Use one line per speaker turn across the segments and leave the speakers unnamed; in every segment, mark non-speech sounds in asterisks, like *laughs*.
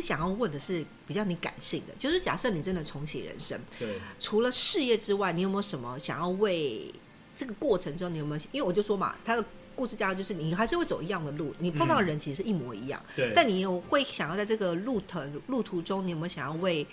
想要问的是比较你感性的，就是假设你真的重启人生，
对，
除了事业之外，你有没有什么想要为这个过程中，你有没有？因为我就说嘛，他的故事架构就是你还是会走一样的路，你碰到的人其实是一模一样，
对，
但你有会想要在这个路途路途中，你有没有想要为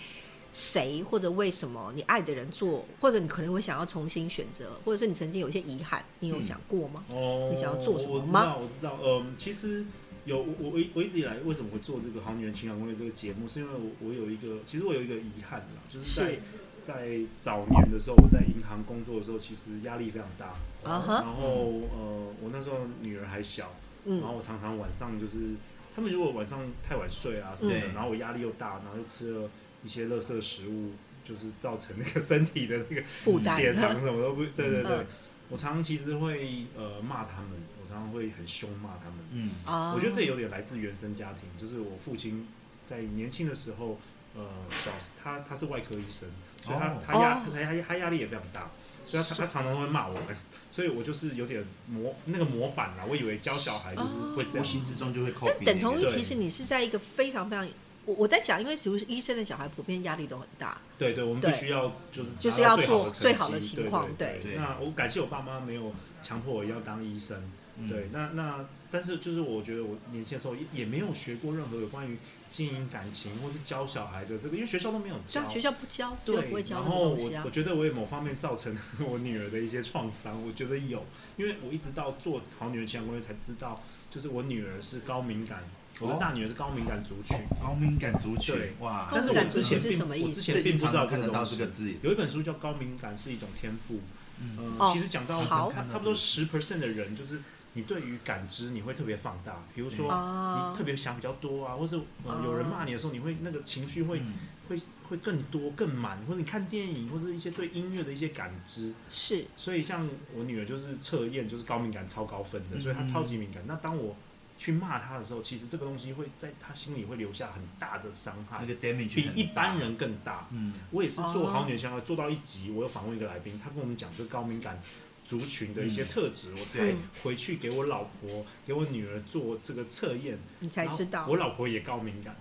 谁或者为什么你爱的人做，或者你可能会想要重新选择，或者是你曾经有一些遗憾，你有想过吗？
哦，
你想要做什么
我知
吗
道，我知道，嗯，其实有我我我一直以来为什么会做这个《好女人情感攻略》这个节目，是因为我我有一个，其实我有一个遗憾啦，就是在
是
在早年的时候，我在银行工作的时候，其实压力非常大，
啊
然
哈，
后呃，我那时候女儿还小，然
嗯
后我常常晚上就是，他们如果晚上太晚睡啊什么的，
嗯
然后我压力又大，然后又吃了一些垃圾食物，就是造成那个身体的那个
负担
血糖什么都不，对对对。
嗯
我常常其实会呃骂他们，我常常会很凶骂他们。
嗯
*laughs* 啊
我觉得这有点来自原生家庭，就是我父亲在年轻的时候，呃，小他他是外科医生，所以他、
哦
他压
哦
他他他压力也非常大，所以他他常常会骂我们，所以我就是有点模那个模板啦，我以为教小孩就是会这
无
样，
形之中就会 copy
但等同于
对
其实你是在一个非常非常，我我在想，因为其实医生的小孩普遍压力都很大，
对对，我们
对
必须要就是
就是
达
要
到
做
最
最
好
好
的
的
成绩
情况
对对
对对
那我感谢我爸妈没有强迫我要当医生，
嗯
对，那那但是就是我觉得我年轻的时候也也没有学过任何有关于经营感情或是教小孩的这个，因为学校都没有
这
教
样。学校不教，就
对
不会，教
然
那个
后
东西
我
啊
我。觉得我也某方面造成我女儿的一些创伤，我觉得有，因为我一直到做好女人情感攻略才知道，就是我女儿是高敏感，我的
哦
大女儿是高敏感族群，
高敏感族
对
群哇，
高
但是
敏
我
感族
之前
群是
并
什么意
我
思
之前
最
并
近
不
常
知道这
常看
个
得到
东
这
西
个。字，
有一本书叫《高敏感是一种天赋》，
嗯
嗯，
哦
其实讲到
好
差差不多十 percent 的人，就是你对于感知你会特别放大，比如
嗯
说
啊
你特，别想比较多啊，或是呃
哦
有人骂你的时候，你会那个情绪会
嗯
会会更多更满，或者你看电影或是一些对音乐的一些感知。
是
所以像我女儿就是测验就是高敏感超高分的，
嗯
所以她超级敏感。那当我去骂她的时候，其实这个东西会在她心里会留下很大的伤
那
害，
个 damage
啊比
很
一
大
般，人更大。
嗯
我也是做
哦
好女人相关，做到一集，我有访问一个来宾，他跟我们讲这高敏感族群的一些特质，我才
嗯
对
回去给我老婆、给我女儿做这个测验，
你才知
然
道
后我老婆也高敏感，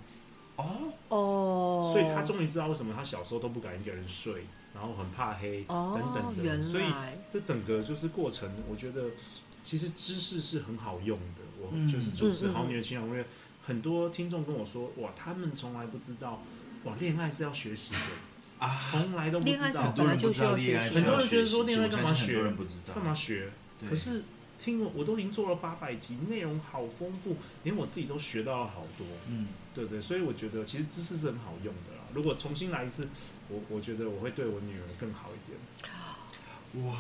哦，
哦，
所以她终于知道为什么她小时候都不敢一个人睡，然后很怕黑、
哦
等等的。
原
所以
来
这整个就是过程，我觉得其实知识是很好用的。我
嗯
就是主持《好女人情感攻略》，很多听众跟我说，哇，他们从来不知道，哇，恋爱是要学习的，
啊，
从来都不知
恋爱是
道
很。多人不知道
本来就需
恋
要
爱
学
需
习
要学习，
很多人觉得说
其实
恋爱干嘛
我相信
学
很多人不知道
干嘛？学？
对
可是听我我都已经做了八百集，内容好丰富，连我自己都学到了好多，
嗯，
对对，所以我觉得其实知识是很好用的啦。如果重新来一次，我我觉得我会对我女儿更好一点。
哇，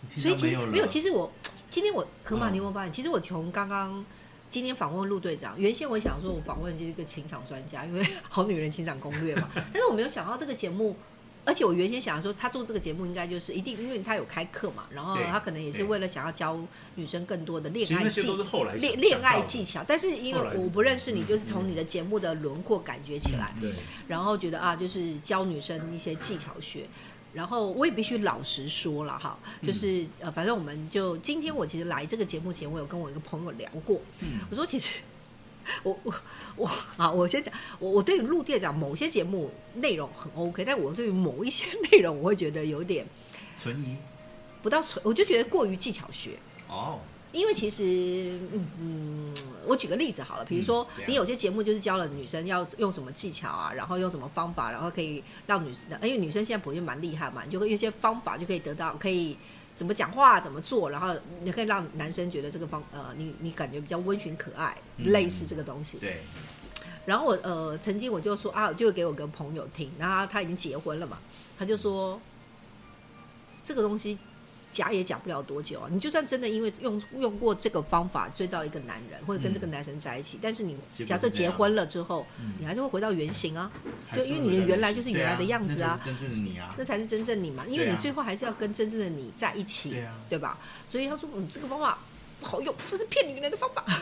你听
所以
到
其
没
实
有了
没有，其实我今天我河马，
嗯
你有没有发现？其实我从刚刚今天访问陆队长，原先我想说我访问就是一个情场专家，因为 *laughs* 《好女人情场攻略》嘛，但是我没有想到这个节目。而且我原先想说，他做这个节目应该就是一定，因为他有开课嘛，然后
对
他可能也是
对
为了想要教女生更多的恋
其实
爱
那些都
技
是后来
恋
想
恋爱，
想
技巧。但是因为
后来
我不认识你，
嗯
就是从你的节目的轮廓感觉起来，
到的对，
然后觉得啊，就是教女生一些技巧学。然后我也必须老实说了哈，就是、呃，反正我们就今天我其实来这个节目前，我有跟我一个朋友聊过，
嗯
我说其实我我我啊，我先讲，我我对于陆店长某些节目内容很 OK，但我对于某一些内容，我会觉得有点
存疑
不到纯，我就觉得过于技巧学。
哦，
因为其实，嗯嗯，我举个例子好了，比如说
嗯怎样
你有些节目就是教了女生要用什么技巧啊，然后用什么方法，然后可以让女，因为女生现在普遍蛮厉害嘛，你就会有一些方法就可以得到，可以怎么讲话、怎么做，然后你可以让男生觉得这个方，呃，你你感觉比较温驯可爱，
嗯
类似这个东西。
对，
然后我呃，曾经我就说啊，就给我个朋友听，然后他他已经结婚了嘛，他就说这个东西假也假不了多久啊。你就算真的因为用用过这个方法追到一个男人，或者跟这个男生在一起，但是你
嗯结果
假设
是这
结
样
婚了之后，
嗯
你还是会回到原形啊，
还是
因为
会
你的
有
原
点
来就是
对
原来的
啊
样子啊
那才是真正的你啊
那，才是真正你嘛，因为
对
你
啊
最后还是要跟真正的你在一起，
对啊
吧？所以他说，嗯，这个方法不好用，这是骗女人的方法。 *laughs*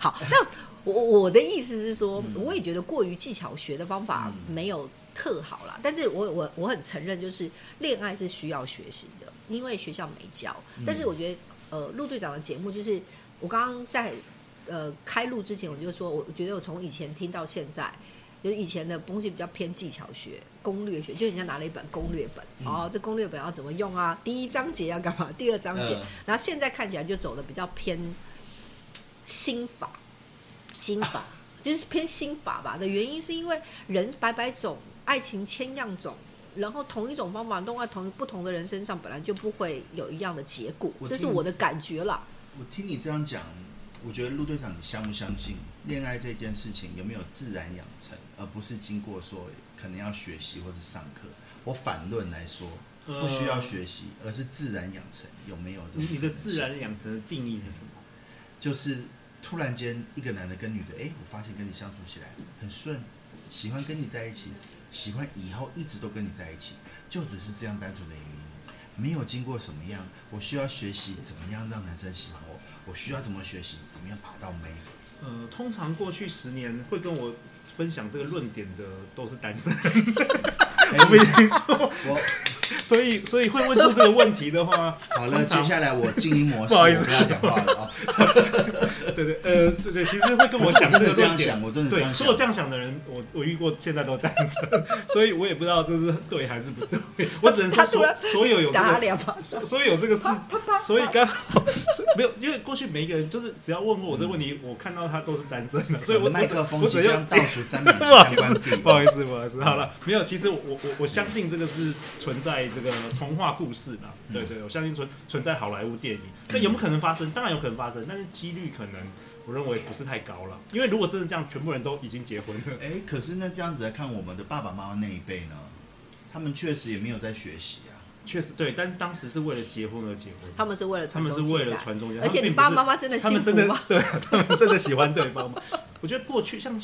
*laughs*
好，那我我的意思是说，
嗯
我也觉得过于技巧学的方法
嗯
没有特好啦，但是我我我很承认，就是恋爱是需要学习的，因为学校没教。
嗯
但是我觉得，呃，陆队长的节目就是我刚刚在呃开录之前，我就说，我我觉得我从以前听到现在，有以前的东西比较偏技巧学、攻略学，就人家拿了一本攻略本，哦，这攻略本要怎么用啊？第一章节要干嘛？第二章节，
嗯
然后现在看起来就走的比较偏心法，心法、就是偏心法吧。的原因是因为人百百种，爱情千样种。然后同一种方法弄在同不同的人身上，本来就不会有一样的结果，
我
这是
听
我的感觉啦。
我听你这样讲，我觉得陆队长，你相不相信恋爱这件事情有没有自然养成，而不是经过说可能要学习或是上课？我反论来说，
呃
不需要学习，而是自然养成，有没有这种
你
可能性？
你的自然养成的定义是什么？
就是突然间一个男的跟女的，哎、我发现跟你相处起来很顺，喜欢跟你在一起，喜欢以后一直都跟你在一起，就只是这样单纯的原因，没有经过什么样，我需要学习怎么样让男生喜欢我，我需要怎么学习怎么样把到妹。
呃，通常过去十年会跟我分享这个论点的都是单身， *laughs*
哎
*laughs* 我们已经说，
我
所以所以会问出这个问题的话，
好了，接下来我静音模式，
不好意思
我不要讲话了啊。
对对，呃，对对，其实会跟
我
我讲
真
这
的
个
这样
论点
想，。我真的这
对，
样
所以我这
想。
样想的人，我我遇过，现在都单身， *laughs* 所以我也不知道这是对还是不对。我只能说
他突
所
然
所有有这
打他
个，
两巴掌，
所所以有这个事
啪啪啪，
所以刚好所以没有，因为过去每一个人就是只要问过我这个问题，我看到他都是单身 *laughs* 的，所以我
我的呃麦克
我
风
只
即
要
将倒数三秒，
不
即
好
将
意
关
思，
闭。
*laughs* 不好意思，不好意思，好了，没有。其实我我我相信这个是存在这个童话故事的，
嗯
对对，我相信存存在好莱坞电影。那有没有可能发生？当然有可能发生，但是几率可能我认为不是太高了。
嗯
因为如果真的这样，全部人都已经结婚了，
哎、可是那这样子来看，我们的爸爸妈妈那一辈呢，他们确实也没有在学习啊。
确实对。但是当时是为了结婚而结
他
婚，
们是为了
他
传
们是
宗接
为了
代，
传宗接代，
而且
他们
你
并
爸爸
不是
妈妈真的
他
幸
们
福啊
真的
吗？
对，他们真的喜欢对方吗？我觉得过去像
*laughs*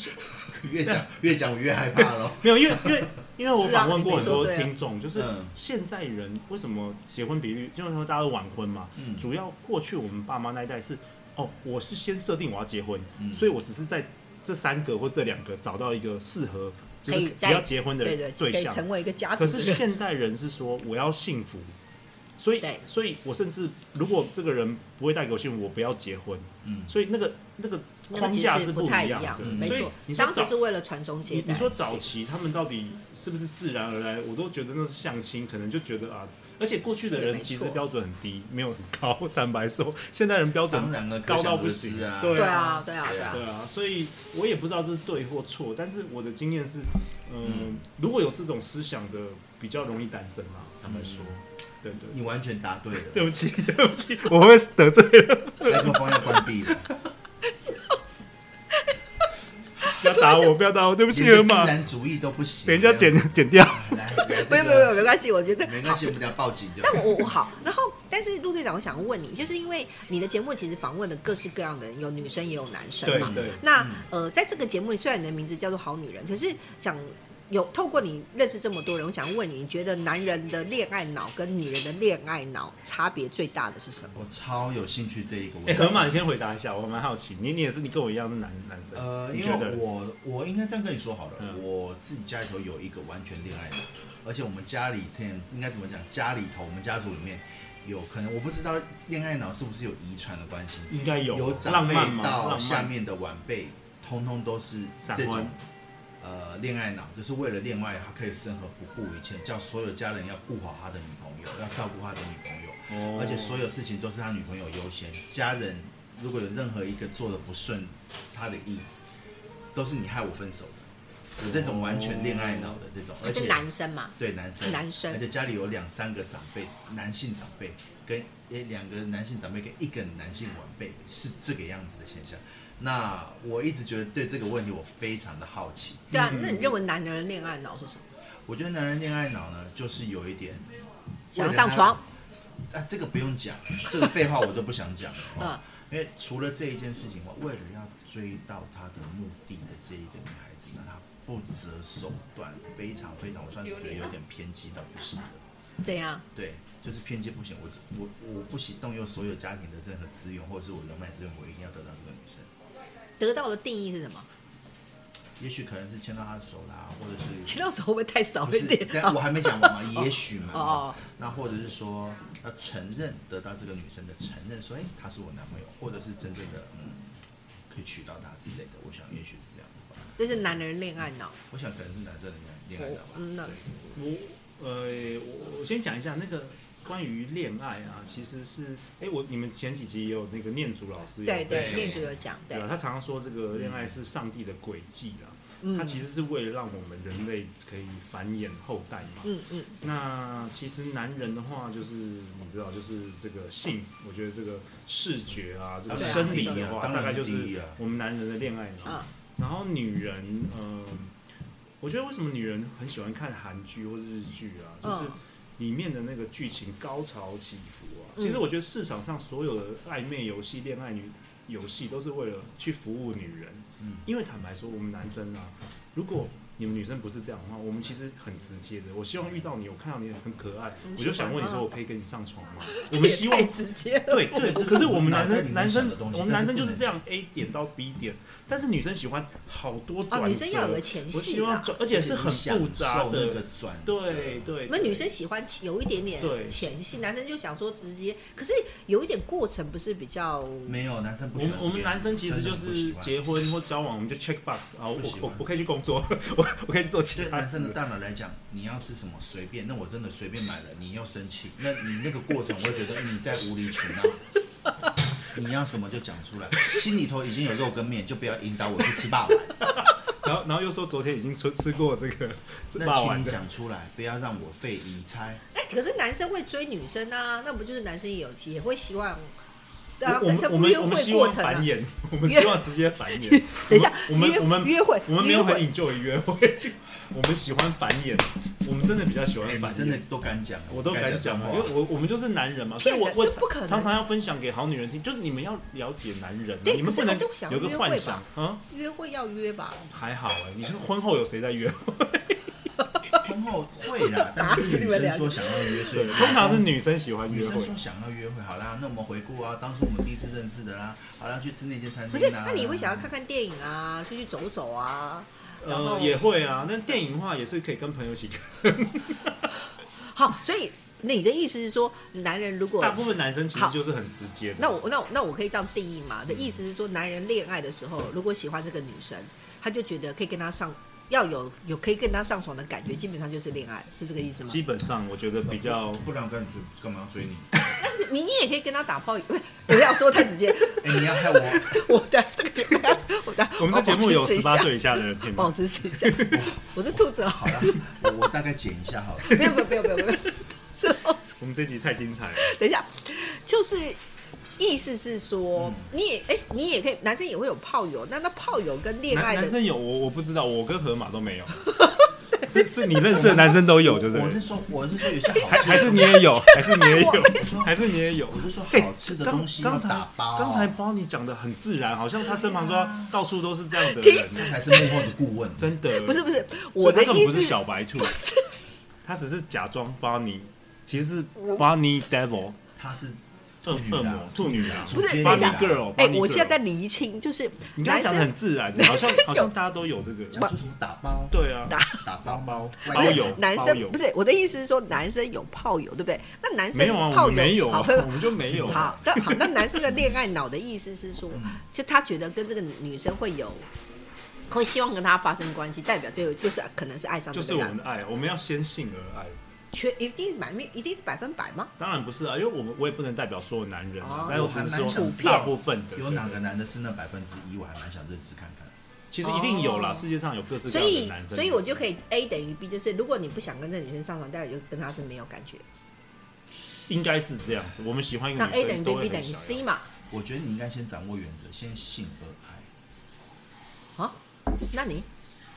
越讲越讲，我越害怕咯。
没有，因为因为因为我
是啊
访问过很
你没说
多
对啊
听众，就是
嗯
现在人为什么结婚比率，就是说大家都晚婚嘛，
嗯
主要过去我们爸妈那一代是，哦，我是先设定我要结婚，
嗯
所以我只是在这三个或这两个找到一个适合，就
可
是
以
不
在
要结婚的
对对，可
对
以
象。
成为一个家族
可
的
是
人。
现代人是说我要幸福，所以
对
所以我甚至如果这个人不会带给我幸福，我不要结婚。
嗯，
所以那个那个
那个
框
其
架
实
不
太
一
一
样的，
嗯
没
所以
错
你。说
当
早
时是为了传宗接
你
代。
你说早期他们到底是不是自然而然？我都觉得那是相亲，可能就觉得啊，而且过去的
是没
人
错
其实标准很低，没有很高。坦白说，现代人标准
当然了，
高到不行
可想而知啊。
对
对啊，对啊，
对
对
啊
啊
对。啊，所以我也不知道这是对或错，但是我的经验是，嗯
嗯，
如果有这种思想的，比较容易单身啦。坦白说，对对
你完全答对了，
对不起，对不起，我会得罪人，
麦克风要关闭 *laughs* 了。
不要打我，不要打我，对不起，
连个
人
自
嘛，
然主义都不啊行。
等一下
这
剪
样
剪掉。
来， *laughs* 来
没
这
有没有没
个
有，没关系，我觉得
没关系，我们等下报警就好。
但我我好，然后但是陆队长，我想问你，就是因为你的节目其实访问了各式各样的人，有女生也有男生
对
嘛。
对，
那、
嗯
呃，在这个节目里，虽然你的名字叫做好女人，可是想有透过你认识这么多人，我想问你，你觉得男人的恋爱脑跟女人的恋爱脑差别最大的是什么？
我超有兴趣这一个
哎，
问题。
河马，你先回答一下，我蛮好奇，你你也是你跟我一样是男男生，
呃，
你
因
觉得
为
嘞？
我我应该这样跟你说好了，
嗯
我自己家里头有一个完全恋爱的，而且我们家里天应该怎么讲？家里头我们家族里面有可能我不知道恋爱脑是不是有遗传的关系，
应该有
由
浪
长辈
漫嘛，
到
浪
下
漫
面的晚辈，通通都是
闪
这
婚
种呃恋爱脑，就是为了恋爱，他可以生活不顾一切，叫所有家人要顾好他的女朋友，要照顾他的女朋友。
哦
而且所有事情都是他女朋友优先，家人如果有任何一个做的不顺他的意，都是你害我分手的，有这种完全恋爱脑的这种，
可
而
是
且
男生嘛，
对男生
男生
而且家里有两三个长辈，男性长辈跟诶两个男性长辈跟一个男性晚辈是这个样子的现象。那我一直觉得对这个问题我非常的好奇，
对啊，
嗯
那你认为男人的恋爱脑是什么？
我觉得男人恋爱脑呢，就是有一点
想要上床，
啊，这个不用讲，这个废话我都不想讲了。哦
*laughs* 嗯，
因为除了这一件事情外，为了要追到她的目的的这一个女孩子呢，她不择手段，非常非常，我算是觉得有点偏激到不行的。
怎样？
对，就是偏激不行，我我我不惜动用所有家庭的任何资源或者是我人脉资源，我一定要得到这个女生。
得到的定义是什么？ *laughs*
也许可能是牵到她的手啦，或者
*laughs*
是
提到手会不会太少
不
一
是，
点？
但我还没讲完嘛，也许嘛。
*laughs* 哦哦
那或者是说要承认，得到这个女生的承认，说，哎、他是我男朋友，或者是真正的，嗯，可以娶到她之类的。我想也许是这样子吧，
这是男人恋爱脑。
我想可能是男生的恋爱恋爱脑吧。
我嗯那
对
我呃，我我先讲一下那个关于恋爱啊，其实是哎、我你们前几集也有那个念祖老师有
对
分
对，
享
恋主有讲，
对
对
啊，，他常常说这个恋爱是上帝的轨迹啦，
嗯
它其实是为了让我们人类可以繁衍后代嘛。
嗯嗯，
那其实男人的话，就是你知道，就是这个性，我觉得这个视觉啊，这个
对啊
生理的话，
当然
大概就
第一
是
啊
我们男人的恋爱脑。
啊，
然后女人，嗯、我觉得为什么女人很喜欢看韩剧或是日剧啊，就是
嗯
里面的那个剧情高潮起伏啊。
嗯
其实我觉得市场上所有的暧昧游戏、恋爱女游戏都是为了去服务女人，
嗯，
因为坦白说，我们男生啊，如果你们女生不是这样的话，我们其实很直接的。我希望遇到你，我看到你很可爱
嗯，
我就想问你
喜欢
说，
啊
我可以跟你上床吗？我们希
*laughs*
望
太直接了，
对对，可是我们男
这是我们脑袋里
生
面
男
想
生
的东西
我们男生
但是
就
不能
是这样 A 点到 B 点，但是女生喜欢好多转折，
哦，女生要有个前
我
戏
希望
啦。
转，而且是很复杂
而且你享受那
的
个，转折
对对。
我们女生喜欢有一点
对
点前戏，男生就想说直接，可是有一点过程不是比较
没有男生不
我
喜
们
欢这个，
我们男生其实就
真的
是
不喜欢
结婚或交往，我们就 check box 啊，我
不喜欢
我我可以去工作， *laughs* 我我可以去做其
对
他
男
事
生的。大脑来讲，你要吃什么随便，那我真的随便买了，你要生气，那你那个过程，我会觉得哎你在无理取闹。你要什么就讲出来，心里头已经有肉跟面，就不要引导我去吃
*laughs*
霸王。
然后然后又说昨天已经吃吃过这个吃
*laughs* 那
霸
请
王
你
的，
讲出来，不要让我费疑猜。
哎、可是男生会追女生啊，那不就是男生也有也会希望，啊，
我我们
这
我
约
们我们
会
希
过
望
程
繁
啊。
衍，我们
约。
希望直接繁衍
*laughs* 等一下，
我们
约
我们
约会，
我们没有
约
很
会
enjoy 约会，我们喜欢繁衍，我们真的比较喜欢
哎
繁
你真的
衍。
都敢讲，
我都敢讲
真
啊
话，
因为我我们就是男人嘛，所以
骗
我
人
我
这不可能
常常要分享给好女人听，就是你们要了解男人啊，
对
你
可
们
是
不能
还是会想
有个
约会
幻
吧
想啊，
约会要约吧，
还好哎，你说婚后有谁在约？
婚后会
*laughs*
啦，但是是女生说想
*laughs*
要约，所
对，
以
通常是女生喜欢
女
约
生
会，
说想要约会，好啦，那我们回顾啊，当初我们第一次认识的啦，好啦，去吃那间餐厅啦。啊
不是？那你会想要看看电影啊，出去走走啊？然后
呃，也会啊。那电影的话也是可以跟朋友一起看，
好，所以你的意思是说，男人如果
大部分男生其实
好
就是很直接的。
那我那我那我可以这样定义嘛？的意思是说，男人恋爱的时候，如果喜欢这个女生，他就觉得可以跟她上，要有有可以跟她上床的感觉，基本上就是恋爱，是这个意思吗？
基本上我觉得比较
不然我干追干嘛要
*laughs*
追你？
你你也可以跟她打炮， *laughs* 不是不要说太直接， *laughs*
哎，你要害我。
我的这个节目，我的
我们这节目有十八，
我要
岁以下的人听
保
吗？
持形象，保持形象。我是兔子哦，
好了，我 *laughs* 我大概剪一下好了。
*laughs*
没有没有没有没有没有， *laughs* 兔子哦
我们这集太精彩了。
等一下，就是意思是说，
嗯
你也哎、你也可以，男生也会有炮友，那那炮友跟恋
男
爱
男
的，
生有我我不知道，我跟河马
*laughs*
都没有，是是你认识的男生都有，就是
我是说，我是说有些好
还
吃，
还是你也有，还是你也
我
有
没，
还是你也有。
我就说
哎
好吃的
刚
东西要
刚才
打包。哦
哎刚才包你讲的很自然，好像他身旁
对啊
说到处都是这样的
停
人，
这才是幕后的顾问，
真的
不是不是，
所
我
以他
的
根本
意
不
思
是小白兔，他只是假装 Barney，其实是 Barney Devil
他是
恶
女
恶
啊
魔兔女郎，
不是
直接
等一
Barney
下
啊
Girl，
哎、
Barney
我现在
Girl
在厘清，就是
你刚
男
刚讲
生
的很自然，好像
男生
好
有
像大家都有这个。
讲出什么打包，
对啊，
打包哎包，
包
外带
邮
男
*laughs* 炮
生
友
不是我的意思是说，男生有炮友，对不对？那男生
没有啊，
炮
我
友
们没有
好
啊，嗯
朋友
我们就没有。
好，但好，那男生的恋爱脑的意思是
*laughs*
说，就他觉得跟这个女生会有，会希望跟她发生关系，代表就就是可能是爱上这
就是
个
我
男
们，的爱，我们要先性而爱。
全一定满面一定是百分百吗？
当然不是啊，因为我们我也不能代表所有男人啊
哦，
但是我只是
我还
说
蛮想
大部分的。
有
对
哪个男的是那百分之一？我还蛮想认识看看。
其实一定有啦，
哦
世界上有各式各
所
样的
以
男，生。
所以我就可以 A 等于 B，就是如果你不想跟这女生上床，代表就跟她是没有感觉。
应该是这样子。我们喜欢一个
那 A
女
等于
生都
B，B
会
等
很
于 C
想
嘛？
我觉得你应该先掌握原则，先性而爱。
啊，那你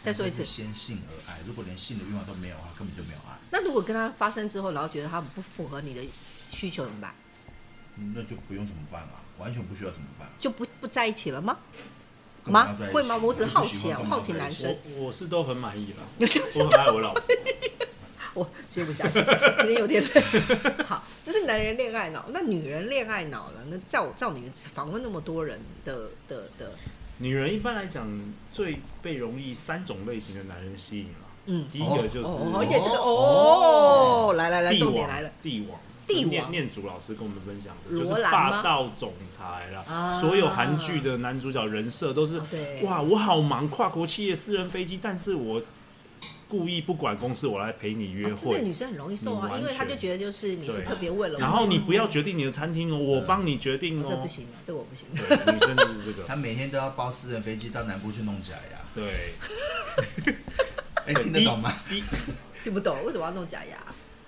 再说一次
还是。先性而爱。如果连性的欲望都没有的话，根本就没有爱，
那如果跟她发生之后，然后觉得她不符合你的需求怎么办？
那就不用怎么办啊，完全不需要怎么办。
就不不在一起了吗？ *laughs*
干嘛
吗
要在一起
会吗我只
不
好
喜
奇
欢
啊
干嘛
好奇
要在一
男
起
生
我我是都很
*laughs*
满意了，我很爱我老婆。
我接不下去，今天有点累。好，这是男人恋爱脑，那女人恋爱脑了？那照照你访问那么多人的的的，
女人一般来讲最被容易三种类型的男人吸引了。
嗯，
第一个就是
哦，而且这个
哦
哦，来来来，
帝
重点
王
来了，，
帝王，
帝王
念念祖老师跟我们分享的，就
罗
是
兰吗
霸道总裁啦，
啊
所有韩剧的男主角人设都是
哦对
哇，我好忙，跨国企业私人飞机，但是我故意不管公司，我来陪你约
哦这个
会
女。生很容易受
你
啊，
完
因为她就
全
觉得就是你是
对
特别为了我，
然后你不要决定你的餐厅哦，我帮你决定
哦
哦。
这不行啊，这我不行。 *laughs*
对，女生就是这个。
他每天都要包私人飞机到南部去弄假牙，
对，
哎、听得懂吗？
第？第
听不懂为什么要弄假牙？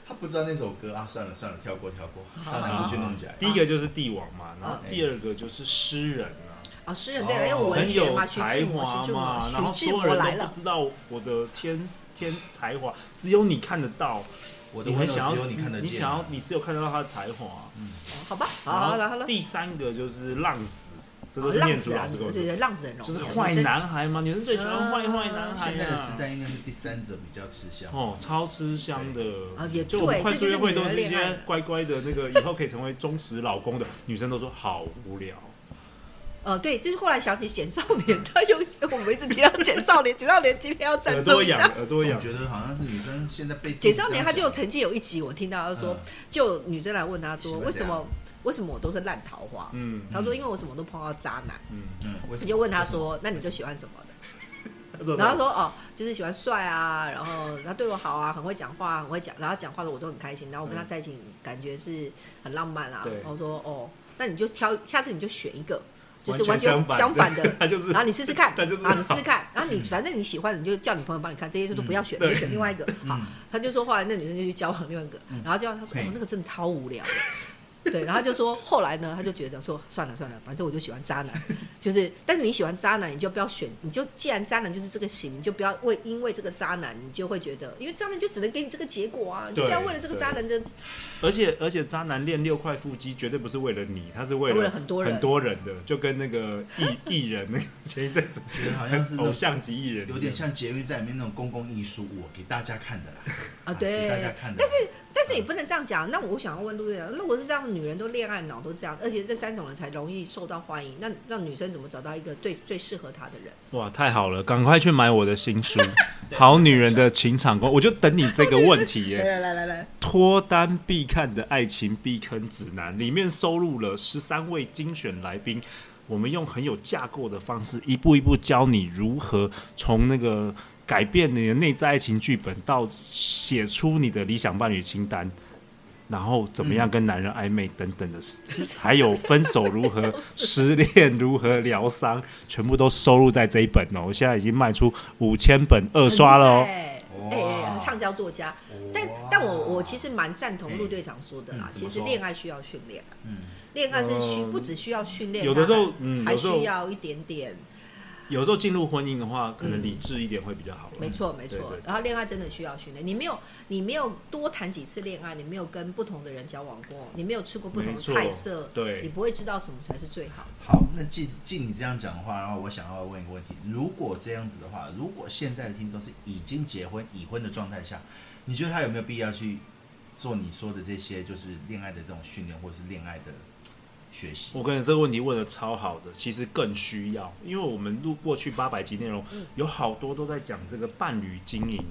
他不知道那首歌啊，算了算了，跳过跳过，
好
到南部去弄假啊牙。
啊第一个就是帝王嘛，然后
啊
第二个就是诗人啊。
哦，诗人对啊，
哦
因为文
很
学啊
有
嘛，徐
才
志摩、徐
华
志摩、
嘛，然后
徐志
所有
摩来
人都
了
不。知道我的天天才华，只有你看得到，
我的
你
温
很
柔
想
只
要
有你看得见啊，
你想要你只有看得到他的才华。
哦好吧，好
然
好
后
了好了。
第三个就是浪子，这
哦
都是
浪
念
子
祖
啊
老师跟我
对啊
说，
对，浪子很容易，
就是坏
女生
男孩嘛，女生最喜欢坏坏男孩
现在的时
啊。
代应该是第三者比较吃香。
哦，超吃香的
啊也
就我
对
们快
这
速
就是
约会
女
都
人
是一
恋爱
些
的
乖乖的那个，以后可以成为忠实老公的女生都说好无聊。
呃，对，就是后来想起简少年，他又我们一直提到简少年，简少年今天要
耳
赞助
朵
一
痒
下。，
耳朵
总
痒，
觉得好像是女生现在被
简少年他就
成
曾经有一集，我听到他说
嗯，
就女生来问他说，
喜欢
为什
这样
么为什么我都是烂桃花？
嗯
他说因为我什么都碰到渣男。
嗯，
嗯，我
你就问他说，那你就喜欢什么的？然
然
后他说哦，就是喜欢帅啊，然后他对我好啊，很会讲话，很会讲，然后讲话的我都很开心。然后我跟他在一起，感觉是很浪漫啦、
对
然后说哦，那你就挑，下次你就选一个，就是
完
完
全
全
相反
相反的，
*laughs* 他就是
然后你试试看，
他就是
啊，你试试
*laughs*
看，然后你反正你喜欢，你就叫你朋友帮你看，这些就都不要选，
嗯对
你就选另外一个。好
嗯，
他就说后来那女生就去交往另外一个，然后交往他说
嘿
哦，那个真的超无聊的。 *laughs* 对，然后他就说，后来呢，他就觉得说，算了算了，反正我就喜欢渣男， *laughs* 就是，但是你喜欢渣男，你就不要选，你就既然渣男就是这个型，你就不要为因为这个渣男，你就会觉得，因为渣男就只能给你这个结果啊，你就不要
对
为了这个
对
渣男的
而且而且，渣男练六块腹肌绝对不是为了你，他是为了
为了很多人
很多人的，就跟那个艺 *laughs* 艺人那个前一阵子
觉得好像是那
偶
种
像级艺人一样，
有点像捷运站里面那种公共艺术物，给大家看的啦。
啊，
给
对，
大家嗯看的。
但是但是也不能这样讲。那我想要问陆队长，如果是这样，女人都恋爱脑都这样，而且这三种人才容易受到欢迎，那让女生怎么找到一个最最适合她的人？
哇，太好了，赶快去买我的新
*laughs*
书《好女人的情场攻》，我就等你这个问题耶、
来来来来来，
脱单必看的爱情避坑指南，里面收录了十三位精选来宾，我们用很有架构的方式，一步一步教你如何从那个改变你的内在爱情剧本，到写出你的理想伴侣清单。然后怎么样跟男人暧昧等等的，还有分手如何、失恋如何疗伤，全部都收录在这一本哦。我现在已经卖出五千本二刷了哦。
哎
哇
哎哎，畅销作家。但
哇
但我我其实蛮赞同陆队长说的啦，
嗯怎
其
么
实
说
恋爱需要训练啊，
嗯
恋爱是需
嗯
不只需要训练，
有的时候
它还
嗯
还
有时候
需要一点点。
嗯
有时候进入婚姻的话，可能理智一点会比较好了。
没错，没错
对对。
然后恋爱真的需要训练，你没有你没有多谈几次恋爱，你没有跟不同的人交往过，你没有吃过不同
没
的
错
菜色，
对
你不会知道什么才是最好的。
好，那既既你这样讲的话，然后我想要问一个问题：如果这样子的话，如果现在的听众是已经结婚、已婚的状态下，你觉得他有没有必要去做你说的这些，就是恋爱的这种训练，或者是恋爱的学习？
我跟你这个问题问的超好的，其实更需要，因为我们录过去八百集内容，有好多都在讲这个伴侣经营。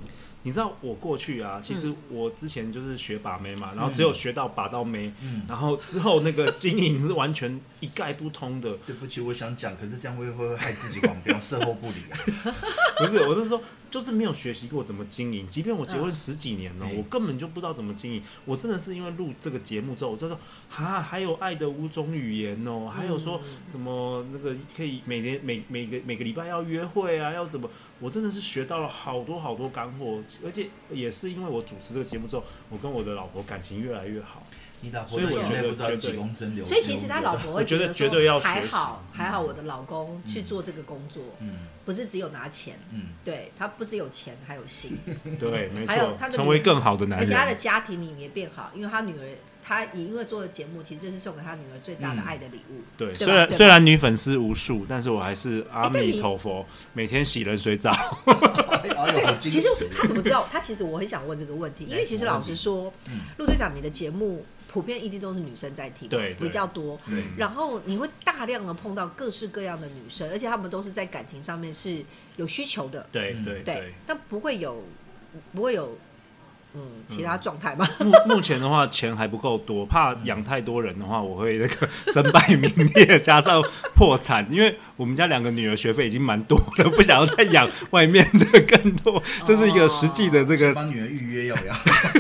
你知道我过去啊，其实我之前就是学把妹嘛，然后只有学到把到妹，
嗯
然后之后那个经营是完全一概不通的。
对不起，我想讲，可是这样会会会害自己黄标，售后不理啊。
*laughs* 不是，我是说，就是没有学习过怎么经营。即便我结婚十几年了，
嗯
我根本就不知道怎么经营。我真的是因为录这个节目之后，我知道哈，还有爱的五种语言哦，还有
嗯
说什么那个可以每年每每个每个礼拜要约会啊，要怎么？我真的是学到了好多好多干货，而且也是因为我主持这个节目之后，我跟我的老婆感情越来越
*laughs*
好。
你老婆
所以我
的眼
觉
泪
得
不知道
绝
几
对
公升流。
所以其实他老婆会
我觉得
说
绝对要学习嗯
还好还好，我的老公去做这个工作，
嗯
不是只有拿钱，
嗯，
对他不是有钱，还有心，
对，没
还有他的
错，成为更好的男
而且他的
人。
家庭里面变好，因为他女儿。他也因为做了节目，其实这是送给他女儿最
嗯
大的爱的礼物。
对，
吧
虽然
对吧
虽然女粉丝无数，但是我还是阿
哎但你
弥陀佛，每天洗冷水澡。
哎呦，哎呦好惊
其
喜
实！他怎么知道？他其实我很想问这个 *laughs* 问题，因为其实老实说
嗯，
陆队长你的节目普遍一定都是女生在听，
对对嗯
比较多。
对
然后你会大量的碰到各式各样的女生，而且她们都是在感情上面是有需求的，
对
嗯
对
对，但不会有不会有嗯其他状态嘛。
目目前的话，钱还不够多，怕
嗯
养太多人的话，我会那个 *laughs* 身败名裂，加上破产。因为我们家两个女儿学费已经蛮多了，不想要再养外面的更多，这是一个实际的这
先
个。
帮女儿预约要不要？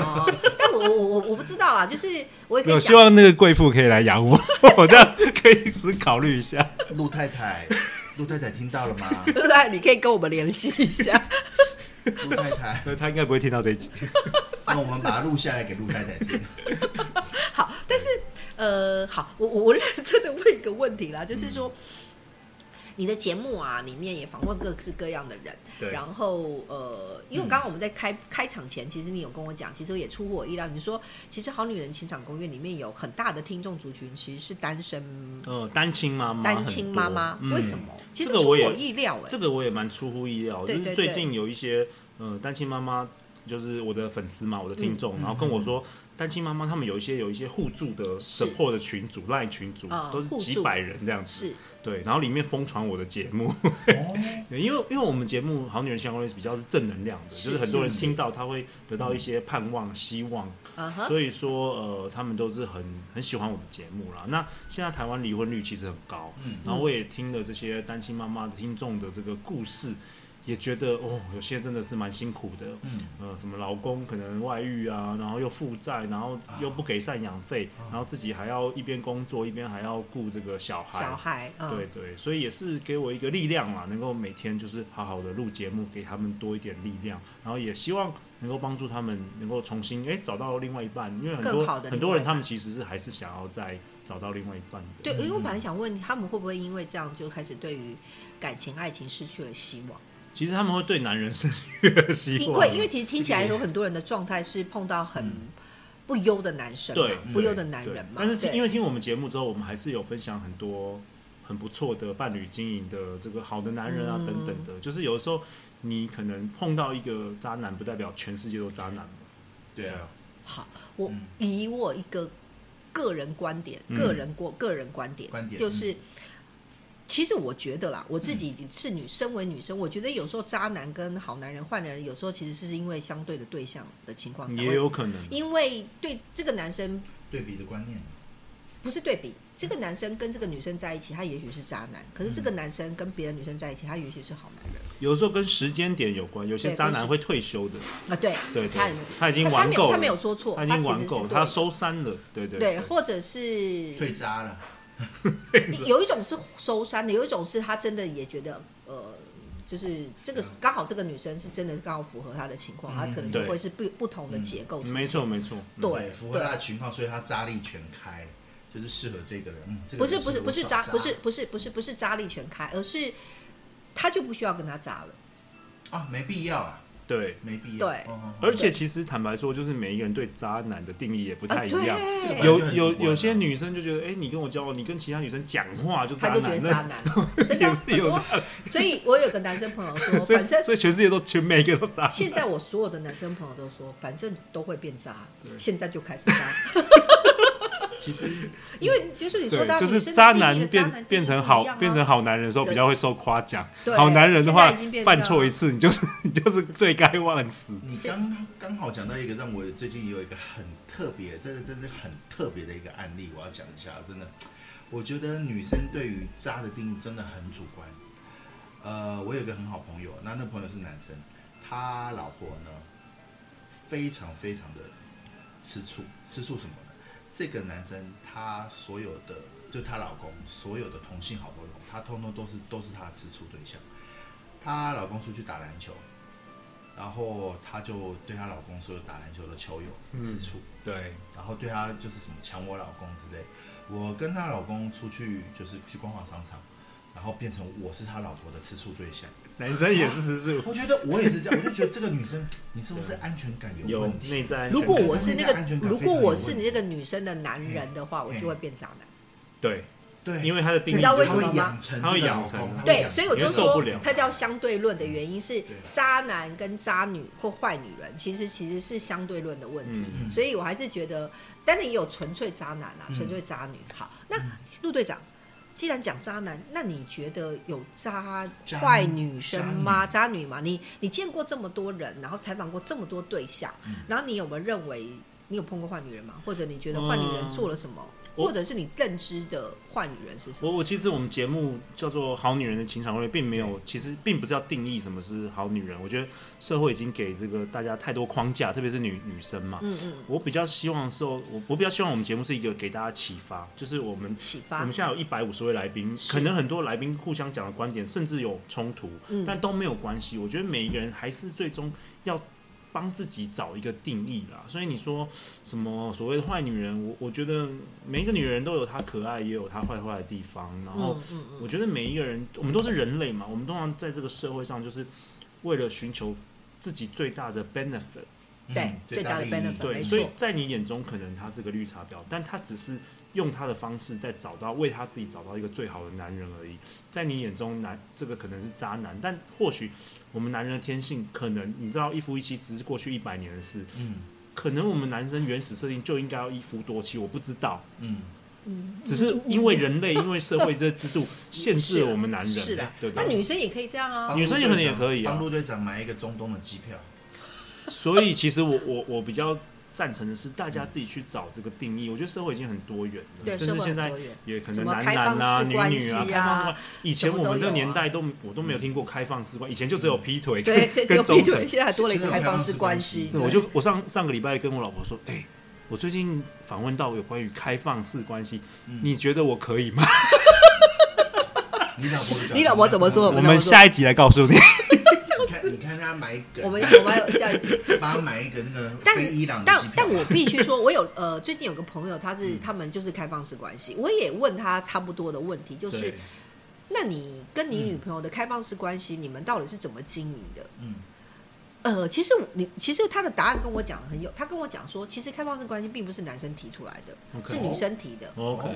哦， *laughs* 但我我我我不知道啦，就是我也可以
我
讲
希望那个贵妇可以来养我，我这样可以思考虑一下。
陆太太，陆太太听到了吗？
*laughs* 对不对？你可以跟我们联系一下。
陆太太，
那她应该不会听到这一集。
*laughs* 那我们把它录下来给陆太太听。
好，但是呃，好，我我我认真的问一个问题啦，
嗯
就是说。你的节目啊，里面也访问各式各样的人，
对
然后呃，因为刚刚我们在开、开场前，其实你有跟我讲，其实也出乎我意料，你说其实《好女人情场攻略》里面有很大的听众族群其实是单身、
呃，单亲妈妈很多，
单亲妈妈，
嗯
*laughs* 为什么？其实
这个
出乎
我也
我意料哎、
这个我也蛮出乎意料，
对
就
对
是最近有一些呃单亲妈妈，就是我的粉丝嘛，我的听众，
嗯
然后跟我说，单亲妈妈他们有一些有一些互助的
是
support 的群组、赖群组
啊，
都是
互助
几百人这样子，
是
对，然后里面疯传我的节目， *laughs*
哦，
对因为因为我们节目《好女人相关是比较是正能量的，
是
就是很多人
是
听到他会得到一些盼望、希望，
啊哈，
所以说呃他们都是很很喜欢我的节目啦。那现在台湾离婚率其实很高，
嗯，
然后我也听了这些单亲妈妈的听众的这个故事，也觉得哦，有些真的是蛮辛苦的。
嗯，
呃，什么老公可能外遇啊，然后又负债，然后又不给赡养费，
啊
然后自己还要一边工作一边还要顾这个小孩。
小孩，嗯、
哎对对，所以也是给我一个力量嘛，能够每天就是好好的录节目，给他们多一点力量，然后也希望能够帮助他们能够重新哎找到另外一半，因为很
更
多
好的
很
另外
多人
一
他们
半
其实是还是想要再找到另外一半的。
对，因为我本来想问他们会不会因为这样就开始对于感情、爱情失去了希望？
其实他们会对男人失去了 *laughs* 希
因
望，
为因为其实听
嗯
起来有很多人的状态是碰到很不优的男生嘛，
对
不优的男
对
人嘛。
但是听
为
因为听我们节目之后，我们还是有分享很多很不错的伴侣经营的这个好的男人啊、
嗯
等等的，就是有的时候你可能碰到一个渣男，不代表全世界都渣男。
对啊，，
好，我
嗯
以我一个个人观点，
嗯
个人过个人观点，
观点
就是。其实我觉得啦，我自己是女，身为女生，我觉得有时候渣男跟好男人、坏男人，有时候其实是因为相对的对象的情况才
也
哦会，
有可能。
因为对这个男生
对比的观念，
不是对比，这个男生跟这个女生在一起，他也许是渣男，可是这
嗯
个男生跟别的女生在一起，他也许是好男人
有时候跟时间点有关，有些
对
渣
跟时
男会退休的，
啊。对，
对
他
对
也没，
他已经
他他
玩
没有
够了，
他没有说错，
他已经
其
玩
实是
够，
对
他收山了，对对
对，
对，
或者是
退渣了，
有一种是收山的，有一种是他真的也觉得呃。就是这个
嗯
刚好，这个女生是真的刚好符合他的情况，
嗯
他可能就
对
会是不不同的结构出现。
没错没错，嗯
对
符合他的情况，所以他渣力全开，就是适合这个人。嗯，这个
不是
人
不是
合
不是
我
渣，
耍
不是不是不是不是渣力全开，而是他就不需要跟他渣了。
啊，没必要啊，
对。
没必要。
对
哦，
而且其实坦白说，就是每一个人对渣男的定义也不太一样。
啊
这
对
个本来
有
就很
有
主观
有
啊
些女生就觉得，哎、你跟我交往，你跟其他女生讲话就渣
他就觉得
男
渣
了，
男了，真的很
也 *laughs* 是有
多。所以我有个男生朋友说，
*laughs* 所以
反正
所以全世界都全每一个都渣
啊
男。
现在我所有的男生朋友都说，反正都会变渣，
对
现在就开始渣，
其实
因为就是你说到
对，就
女
是
生的
渣
定义
男
的
变
定义
变成
不一
好
样啊
变成好男人的时候，
对
比较会受夸奖
对。
好男人的话
现在已经变，这样
犯错一次，你就是你就是罪该万死。
你刚刚好讲到一个让我最近有一个很特别，这是这是很特别的一个案例，我要讲一下。真的，我觉得女生对于渣的定义真的很主观。呃，我有一个很好朋友，那那朋友是男生，他老婆呢非常非常的吃醋，吃醋什么呢？这个男生他所有的，就她老公所有的同性好朋友，他通通都是都是他的吃醋对象。她老公出去打篮球，然后她就对她老公所有打篮球的球友
嗯
吃醋，
*laughs* 对，
然后对她就是什么抢我老公之类。我跟她老公出去就是去光华商场，然后变成我是她老婆的吃醋对象。
男生也是吃醋，
我觉得我也是这样，我就觉得这个女生，你是不是安全感有
*laughs* 有
问题？
内在安全
如
感。
果我是那个
安全，感
如
非常
果
有
我
问
是
题嗯
你那个女生的男人的话，我就会变渣男。
对，
对，
因为他的定义
你知道
就
为
她
什么
是
吗
会养成
她会
这个老
养成
公，她会
对，
养
所以我
因
就
为受
说
不了，
它叫相对论的原因是
对
渣男跟渣女或坏女人，其实其实是相对论的问题。
嗯，
所以我还是觉得，当然也有纯粹渣男啊，
嗯
纯粹渣女。好，那陆队长，既然讲渣男，那你觉得有渣
渣
坏女生吗？渣
渣
女嘛，你你见过这么多人，然后采访过这么多对象，
嗯
然后你有没有认为你有碰过坏女人吗？或者你觉得坏女人
嗯
做了什么？
我
或者是你认知的坏女人是什么？
我我其实我们节目叫做《好女人的情场攻略》，并没有，其实并不是要定义什么是好女人。我觉得社会已经给这个大家太多框架，特别是女女生嘛。
嗯嗯，
我比较希望说，我我比较希望我们节目是一个给大家启发，就是我们
启
我
发
们。现在有一百五十位来宾，
是
可能很多来宾互相讲的观点甚至有冲突，
嗯
但都没有关系。我觉得每一个人还是最终要帮自己找一个定义啦。所以你说什么所谓的坏女人，我我觉得每一个女人都有她可爱，也有她坏坏的地方。然后
嗯嗯嗯，
我觉得每一个人，我们都是人类嘛，我们通常在这个社会上就是为了寻求自己最大的 benefit。
对
嗯
最大的
利益
benefit，没
对，
错
所以在你眼中可能他是个绿茶婊，但他只是用他的方式在找到为他自己找到一个最好的男人而已。在你眼中男这个可能是渣男，但或许我们男人的天性可能你知道一夫一妻只是过去一百年的事，
嗯
可能我们男生原始设定就应该要一夫多妻，我不知道，
嗯，
只是因为人类因为社会这制度限制了我们男人，
是的
对，不
那
对？
女生也可以这样啊
帮。
女生有可能也
陆队长
可以啊
帮陆队长买一个中东的机票，
所以其实我我我比较赞成的是大家自己去找这个定义，我觉得社会已经很多元
对，
了，
社
甚
会
至现
很
在
多元。
也可
什
能
么
男
开
男
放
啊、
式
女
关
女啊、
系
开放
啊
式关，以
什
前
么
我
都
们这
有
个年
啊嗯
代都我都没有听过开放式关，以前就只有劈腿
对对，
跟
只有
跟
劈
忠
腿，
诚。
现在还多了一个
是
开放式
是
关系。
对我就我上上个礼拜跟我老婆说，哎、我最近访问到有关于开放式关系，
嗯
你觉得我可以吗？
你老婆有讲
你老婆怎么说
我
哦我老
们
婆说
下一集来告诉你。
你看，你看他买一个，
我们我们有下一集。
帮他买一个那个
但
飞伊朗的
但
机票啊嗯
但，我必须说，我有呃，最近有个朋友，他是、他们就是开放式关系，我也问他差不多的问题，就是
对
那你跟你女朋友的开放式关系，你们到底是怎么经营的？
嗯
呃，其实我你其实他的答案跟我讲的很有，他跟我讲说，其实开放式关系并不是男生提出来的
OK
是女生提的。
，OK，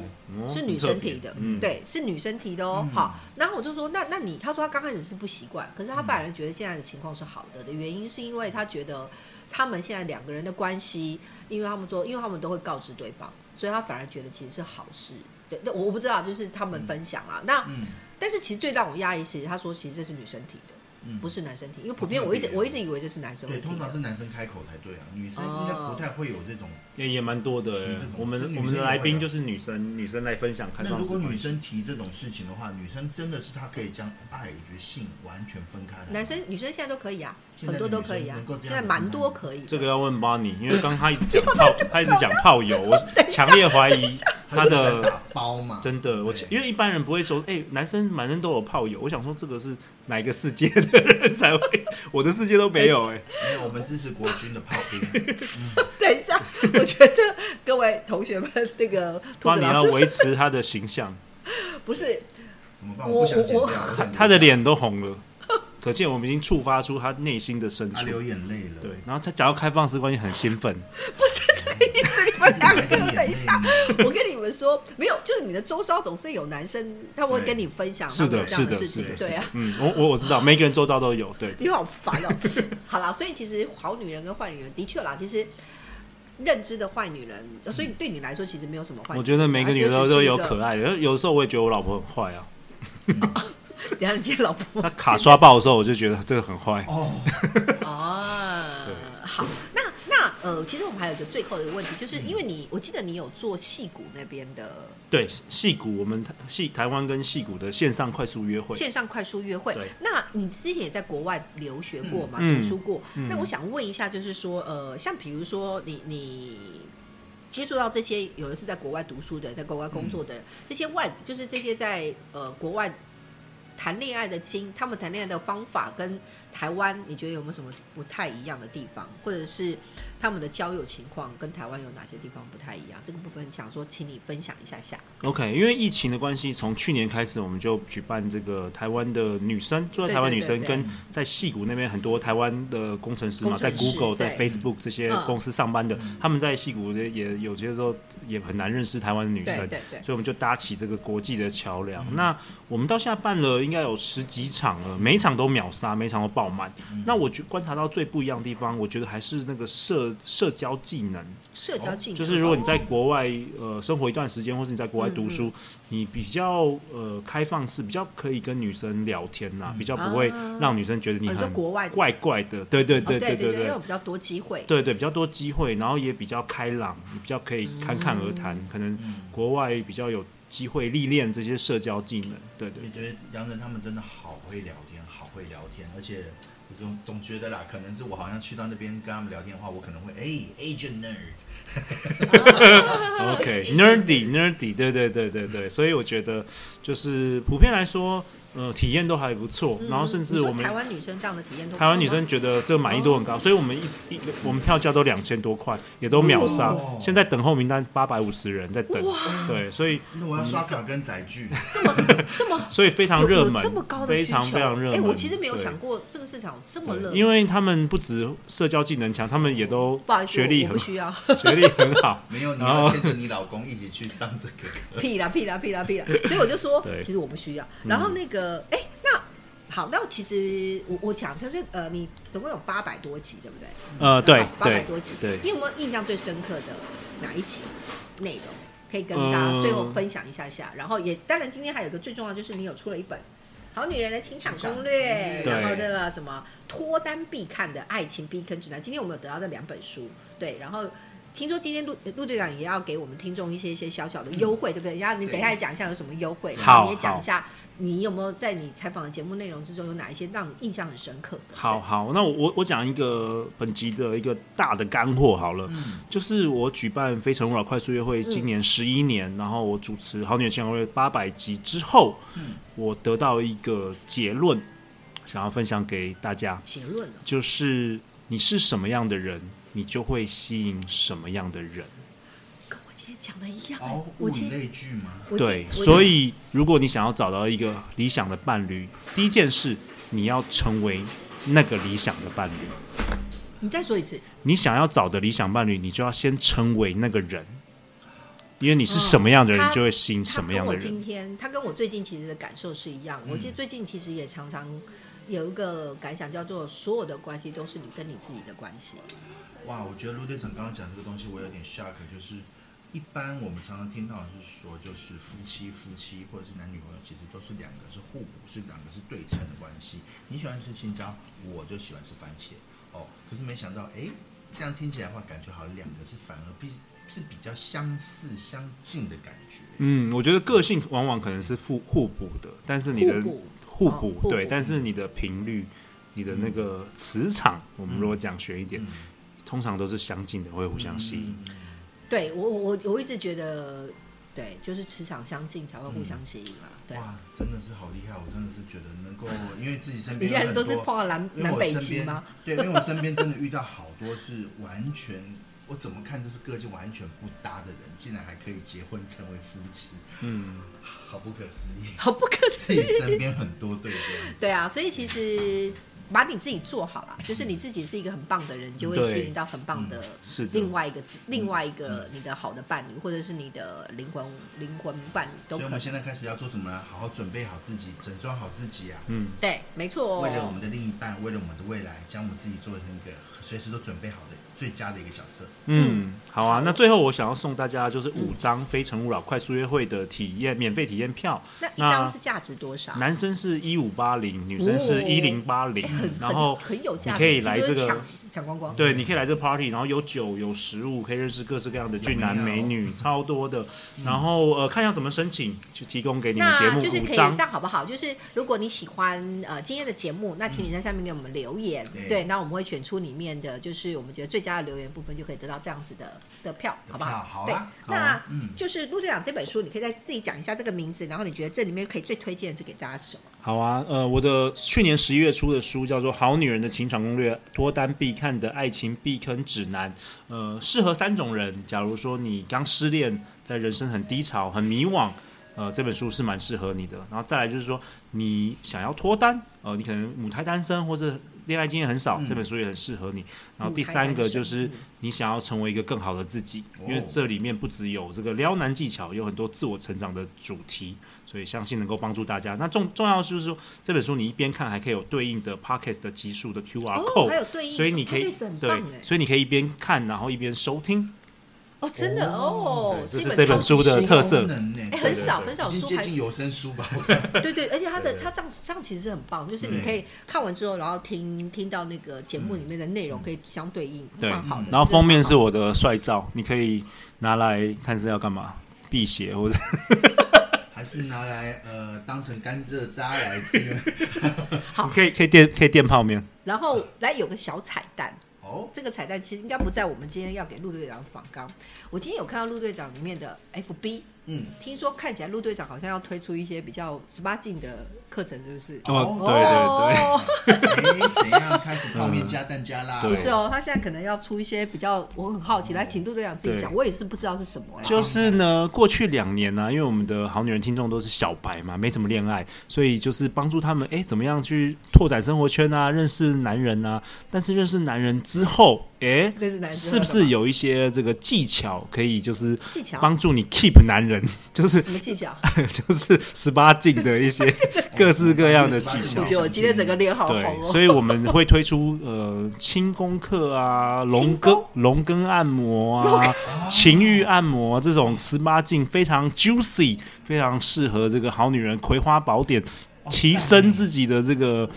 哦
是女生提的，
嗯，
对，是女生提的哦。
嗯
好，然后我就说，那那你，他说他刚开始是不习惯，可是他反而觉得现在的情况是好的的原因，是因为他觉得他们现在两个人的关系，因为他们做，因为他们都会告知对方，所以他反而觉得其实是好事。对，那我我不知道，就是他们分享啊。那
嗯
但是其实最让我压抑是，他说其实这是女生提的，
嗯，
不是男生提，因为普遍我一直我一直以为这是男生会
对，
提
通常
的。
是男生开口才对啊，女生应该不太会有这种。
也也蛮多的、
提
哎
这种
我们
这女
我们
生
的
也
来
会
宾
啊
就是女生，女生来分享开
那
放
如
式
果女
关系。
生提这种事情的话，女生真的是她可以将爱与性完全分开来。
男生女生现在都可以啊，
现在
很多都可以
女生
啊
能够，这
现
样
在蛮多可以的。
这个要问 Bonnie，因为刚刚他一直讲泡，他一直讲泡
*laughs*
友，我强烈怀疑他
她就是
的
在打包嘛，
真的，我
对
因为一般人不会说，哎、男生满身都有炮友。我想说，这个是哪一个世界的人才会？我的世界都没有、哎，
没有我们支持国军的炮兵。
等一下，我觉得各位同学们，那
*laughs*
个兔
帮
子
你啊要
老师
维持他的形象，
*laughs* 不
*laughs*
是
怎么办？
我
我不想剪掉，
我
我想
他的脸都红了，可见我们已经触发出他内心的深
他
处
流。眼泪了。
对，然后他讲到开放式关系很兴
*laughs*
奋，
不是这个意思，你们两
哪
个
一个
等一
眼泪
下
呢，？
我跟你们说，没有，就是你的周遭总是有男生，他会跟你分享他
哎是
们有
的，
这
是
样
的，
事
是
情，
的，
对啊
是的。嗯，我我我知道，每个人周遭都有，
*laughs*
对，
你好烦哦、好啦，所以其实好女人跟坏女人的确啦，其实认知的坏女人，所以对你来说其实没有什么坏女人啊。
我觉得每个女
就
人
只
都
是
都
一
有
个
可。爱的，有时候我也觉得我老婆很坏啊。
等一下你接老婆
*laughs* 她卡刷爆的时候，我就觉得这个很坏。
哦，
哦，
对
好，那那呃，其实我们还有一个最后的一个问题，就是因为你，我记得你有做戏骨那边的
对，戏骨，我们台戏台湾跟戏骨的线上快速约会，
线上快速约会
对，
那你之前也在国外留学过嘛，
嗯
读书过？
嗯
那我想问一下，就是说，呃，像比如说你你。接触到这些有的是在国外读书的，在国外工作的
嗯
人，这些外就是这些在呃国外谈恋爱的经，他们谈恋爱的方法跟台湾，你觉得有没有什么不太一样的地方，或者是他们的交友情况跟台湾有哪些地方不太一样？这个部分想说，请你分享一下下。
OK，因为疫情的关系，从去年开始我们就举办这个台湾的女生，住在台湾女生
对对对
跟在戏谷那边很多台湾的工程师嘛，
工
在
程师
Google、在
对
Facebook 这些
嗯
公司上班的，他们在戏谷也也有些时候也很难认识台湾的女
对
生，
对对，嗯
所以我们就搭起这个国际的桥梁。那我们到现在办了应该有十几场了，
嗯
每一场都秒杀，每一场都爆满。那我觉观察到最不一样的地方，我觉得还是那个社社交技能，
社交哦技能
就是如果你在国外呃生活一段时间，或是你在国外读
嗯
书，你比较呃开放式，比较可以跟女生聊天呐、
嗯
比较不会
啊
让女生觉得你
哦你说
很
国外的
怪怪的，对对对
哦对对
对
因为我比较多机会，
对对，比较多机会，然后也比较开朗，你比较可以侃侃而谈，可能
嗯，
国外比较有机会历练这些社交技能，对对
*laughs*
也觉得洋人他们真的好会聊天，好会聊天，而且我总总觉得啦，可能是我好像去到那边跟他们聊天的话，我可能会哎、a g e n t nerd，
，OK，nerdy nerdy，对对对对对，所以我觉得就是普遍来说，呃，体验都还不错，然后
嗯
甚
你
至
说
我们
台湾女哦生这样的体验都不错吗
台湾女生觉得这个满意度很高，所以我们一一我们票价都两千多块，也都秒杀
哦，
现在等候名单八百五十人在等，对，所以
那我要刷卡跟载具，。
这么这么
所以 *laughs* 非常热门
有这么高，的
非
需求，
常非常热
哎，
门。
我其实没有
对
想过这个市场有这么
对
热，
因为他们不止社交技能强，他们也都
不好意思，
学
我
历
我
很
不需要，
学历很好
没有你
然后
要牵着你老公一起去上这个
*laughs*
课，
屁啦屁啦屁啦屁啦，所以我就说
*laughs* 对，
其实我不需要。然后那个，哎，那好，那其实我我讲就是呃，你总共有八百多集，对不对？
呃，对
八百
对
多集，
对
你有没有印象最深刻的哪一集内容？可以跟大家最后分享一下下，然后也当然今天还有一个最重要就是你有出了一本《好女人的情场攻略》，
对
然后这个什么脱单必看的爱情避坑指南，今天我们有得到这两本书，对，然后。听说今天陆呃陆队长也要给我们听众一些一些小小的优惠，对不对？然后你等一下也讲一下有什么优惠，然后
好
你也讲一下你有没有在你采访的节目内容之中有哪一些让你印象很深刻的。
好好，那我我我讲一个本集的一个大的干货好了，
嗯，
就是我举办《非诚勿扰》快速约
嗯
会今年十一年，然后我主持《好女人情感攻略》八百集之后，
嗯
我得到一个结论，想要分享给大家，
结论了，
就是你是什么样的人，你就会吸引什么样的人。
跟我今天讲的一样、哎
哦，
我
物
今
以
天
类聚嘛，
我
对
记，我
所以如果你想要找到一个理想的伴侣，第一件事你要成为那个理想的伴侣。
你再说一次，
你想要找的理想伴侣，你就要先成为那个人，因为你是什么样的
嗯
人，
哦他
你就会吸引
他
什么
跟
样
我
的
今
人。嗯
天他跟我最近其实的感受是一样。我记得最近其实也常常有一个感想，叫做所有的关系都是你跟你自己的关系。
哇，我觉得陆队长刚刚讲这个东西，我有点 shock，就是一般我们常常听到的是说，就是夫妻夫妻或者是男女朋友，其实都是两个是互补，是两个是对称的关系。你喜欢吃青椒，我就喜欢吃番茄，哦，可是没想到，哎，这样听起来的话，感觉好像两个是反而比是比较相似相近的感觉。
嗯，我觉得个性往往可能是互互补的，但是你的
互补
互
哦
补
互
对，
补
但是你的频率、你的那个磁场，我们如果讲学一点，
嗯
通常都是相近的，会互相吸引。
嗯
对我我我我一直觉得，对，就是磁场相近才会互相吸引嘛。对，
哇，真的是好厉害！我真的是觉得
*laughs*
能够，因为自己身
你
边有
现在
很
都
多。
是碰到南
因为
南
我
北
身
极
边
吗？？
对，因为我身边真的遇到好多是完全，我怎么看就是个性完全不搭的人，竟然还可以结婚成为夫妻，
嗯，
好不可思议。
好不可
自
思
己
议。
身边很多
*laughs*
对这样子，
对啊，所以其实把你自己做好了，就是你自己是一个很棒的人，你就会
对嗯
吸引到很棒的
是的嗯
另外一个自另外一个你的好的伴侣，或者是你的灵魂灵魂伴侣都
所以我
可
们
以。
现在开始要做什么呢？好好准备好自己，整装好自己啊！
嗯，
对，没错、
为了我们
哦。
的另一半，为了我们的未来，将我们自己做成一个随时都准备好的最佳的一个角色。
嗯，好啊。那最后我想要送大家就是五张《非诚勿扰》快速约会的体验免费体验票，
那一张是价值多少？
男生是一五八零，女生
哦
是一零八零
哎很，
嗯然后
很很有价值，
你可以来这
就是
个
抢抢光光。
对，你可以来这 party，然后有酒有食物，可以认识各式各样的俊男美女，超多的。然后呃，看要怎么申请，就提供给你们节
嗯那
目
就是
五
可以
张
这。样好不好？就是如果你喜欢呃今天的节目，那请
嗯
你在下面给我们留言，
对
对，那我们会选出里面的就是我们觉得最佳的留言部分，就可以得到这样子的的票，
的
好不好？
票好
对，
啊
好
那
啊
嗯
就是陆队长这本书，你可以再自己讲一下这个名字，然后你觉得这里面可以最推荐的是给大家是什么？
好啊，呃，我的去年十一月初的书叫做《好女人的情场攻略：脱单必看的爱情避坑指南》，呃，适合三种人。假如说你刚失恋，在人生很低潮、很迷惘，呃，这本书是蛮适合你的。然后再来就是说，你想要脱单，呃，你可能母胎单身或者恋爱经验很少，
嗯
这本书也很适合你。然后
嗯
第三个就是
开单身嗯
你想要成为一个更好的自己，
哦
因为这里面不只有这个撩男技巧，有很多自我成长的主题，所以相信能够帮助大家。那重重要的就是说，这本书你一边看还可以有对应的 podcast 的集数的 QR
哦，还
code，、
有对应，
啊所以你可以
Podcast 很
对
棒，哎，
所以你可以一边看然后一边收听。
哦，真的哦，
对这
一
是这本
超级
书的
新
特色
功能呢
哎，很少
对对对
很少
已
书
经接
还
近有声书
*laughs*
吧？
对对，而且它的
对嗯
它这样这样其实很棒，就是你可以看完之后，然后听听到那个节目里面的内容，可以相对应，
嗯对
蛮好的。
然
真的
后封面
蛮好
是我的帅照，你可以拿来看是要干嘛，辟邪或者 *laughs*
还是拿来呃当成甘蔗渣来吃？
*laughs*
因为
好
可以可以垫可以垫泡面。
然后来有个小彩蛋，
哦，
这个彩蛋其实应该不在我们今天要给陆队长访纲。我今天有看到陆队长里面的 FB，
嗯，
听说看起来陆队长好像要推出一些比较十八禁的课程，是不是？
哦
对对对。
哦，
哎，怎样开始泡面加蛋加辣？
嗯
不
对
*laughs* 是哦，他现在可能要出一些比较，我很好奇，来请陆队长自己
对
讲，我也是不知道是什么啦。
就是呢，过去两年呢、因为我们的好女人听众都是小白嘛，没怎么恋爱，所以就是帮助他们，哎，怎么样去拓展生活圈啊，认识男人啊。但是认识男人之后，哎，
那是男生
是不是有一些这个技巧可以就是
技巧？
帮助你 keep 男人， *laughs* 就是
什么技
*laughs*
巧？
就是十八禁的一些各式各样的技巧
我。觉得我今天整个脸好红
对，
哦。 *laughs*
所以我们会推出呃轻功课啊、龙
轻
根
功
龙根按摩啊、情欲按摩、这种十八禁非常 juicy、非常适合这个好女人《葵花宝典》
哦
提升自己的这个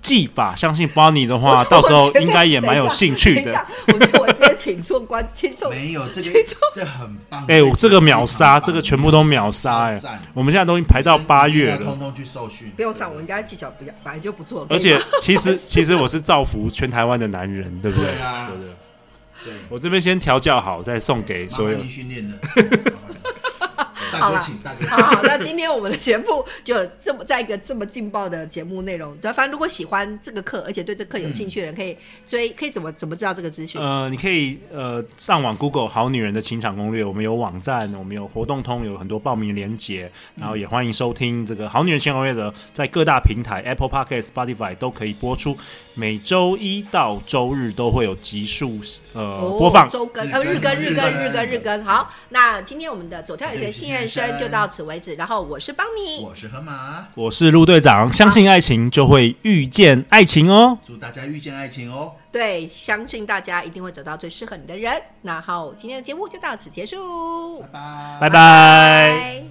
技法。相信 Bonnie 的话，到时候应该也蛮有兴趣的。
我觉得我今天请错观听众，
没有这
*laughs*
个
这种，
这很棒。
哎、我这个秒杀，
非常棒
这个全部都秒杀哎、
超赞
我们现在都已经排到八月
一定要
了
通。通去受训。
不用上，我应该技巧不要，本来就不错。
而且，其实其实我是造福全台湾的男人，对不对？
对啊
对不对
对，
我这边先调教好，再送给
麻
所有
烦。您训
*laughs*
练的。麻烦您大
好
哥
啦
请，大哥
好
啊
好，那今天我们的节目就这么在一个这么劲爆的节目内容。反正如果喜欢这个课，而且对这课有兴趣的人，可以追，可以怎么怎么知道这个资讯？
呃，你可以呃上网 Google《好女人的情场攻略》，我们有网站，我们有活动通，有很多报名连接，然后也欢迎收听这个《好女人情场攻略》的，在各大平台 Apple Podcast、Spotify 都可以播出，每周一到周日都会有集数呃、
哦
播放。
周更
日
呃
更
日更
日
日更
更
日更日更。好，那今天我们的走跳有学
对
信任
信任
生
生
就到此为止。然后我是邦尼，
我是河马，
我是陆队长，相信爱情就会遇见爱情哦。
祝大家遇见爱情哦。
对，相信大家一定会找到最适合你的人。然后今天的节目就到此结束，
拜拜
拜拜。
拜